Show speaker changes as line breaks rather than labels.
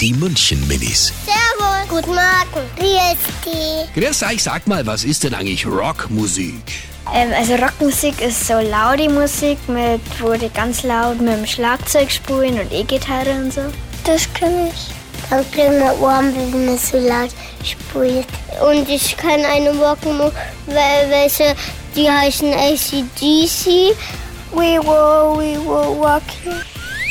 Die München-Minis.
Servus. Guten Morgen. Wie ist die?
Grüß euch, sag mal, was ist denn eigentlich Rockmusik?
Ähm, also Rockmusik ist so laute Musik, mit, wo die ganz laut mit dem Schlagzeug spielen und E-Gitarre und so.
Das kann ich. Dann kriegen wir Ohren, wenn man so laut spielt. Und ich kann eine Walken, welche, die heißen ACDC. We were, we were walking.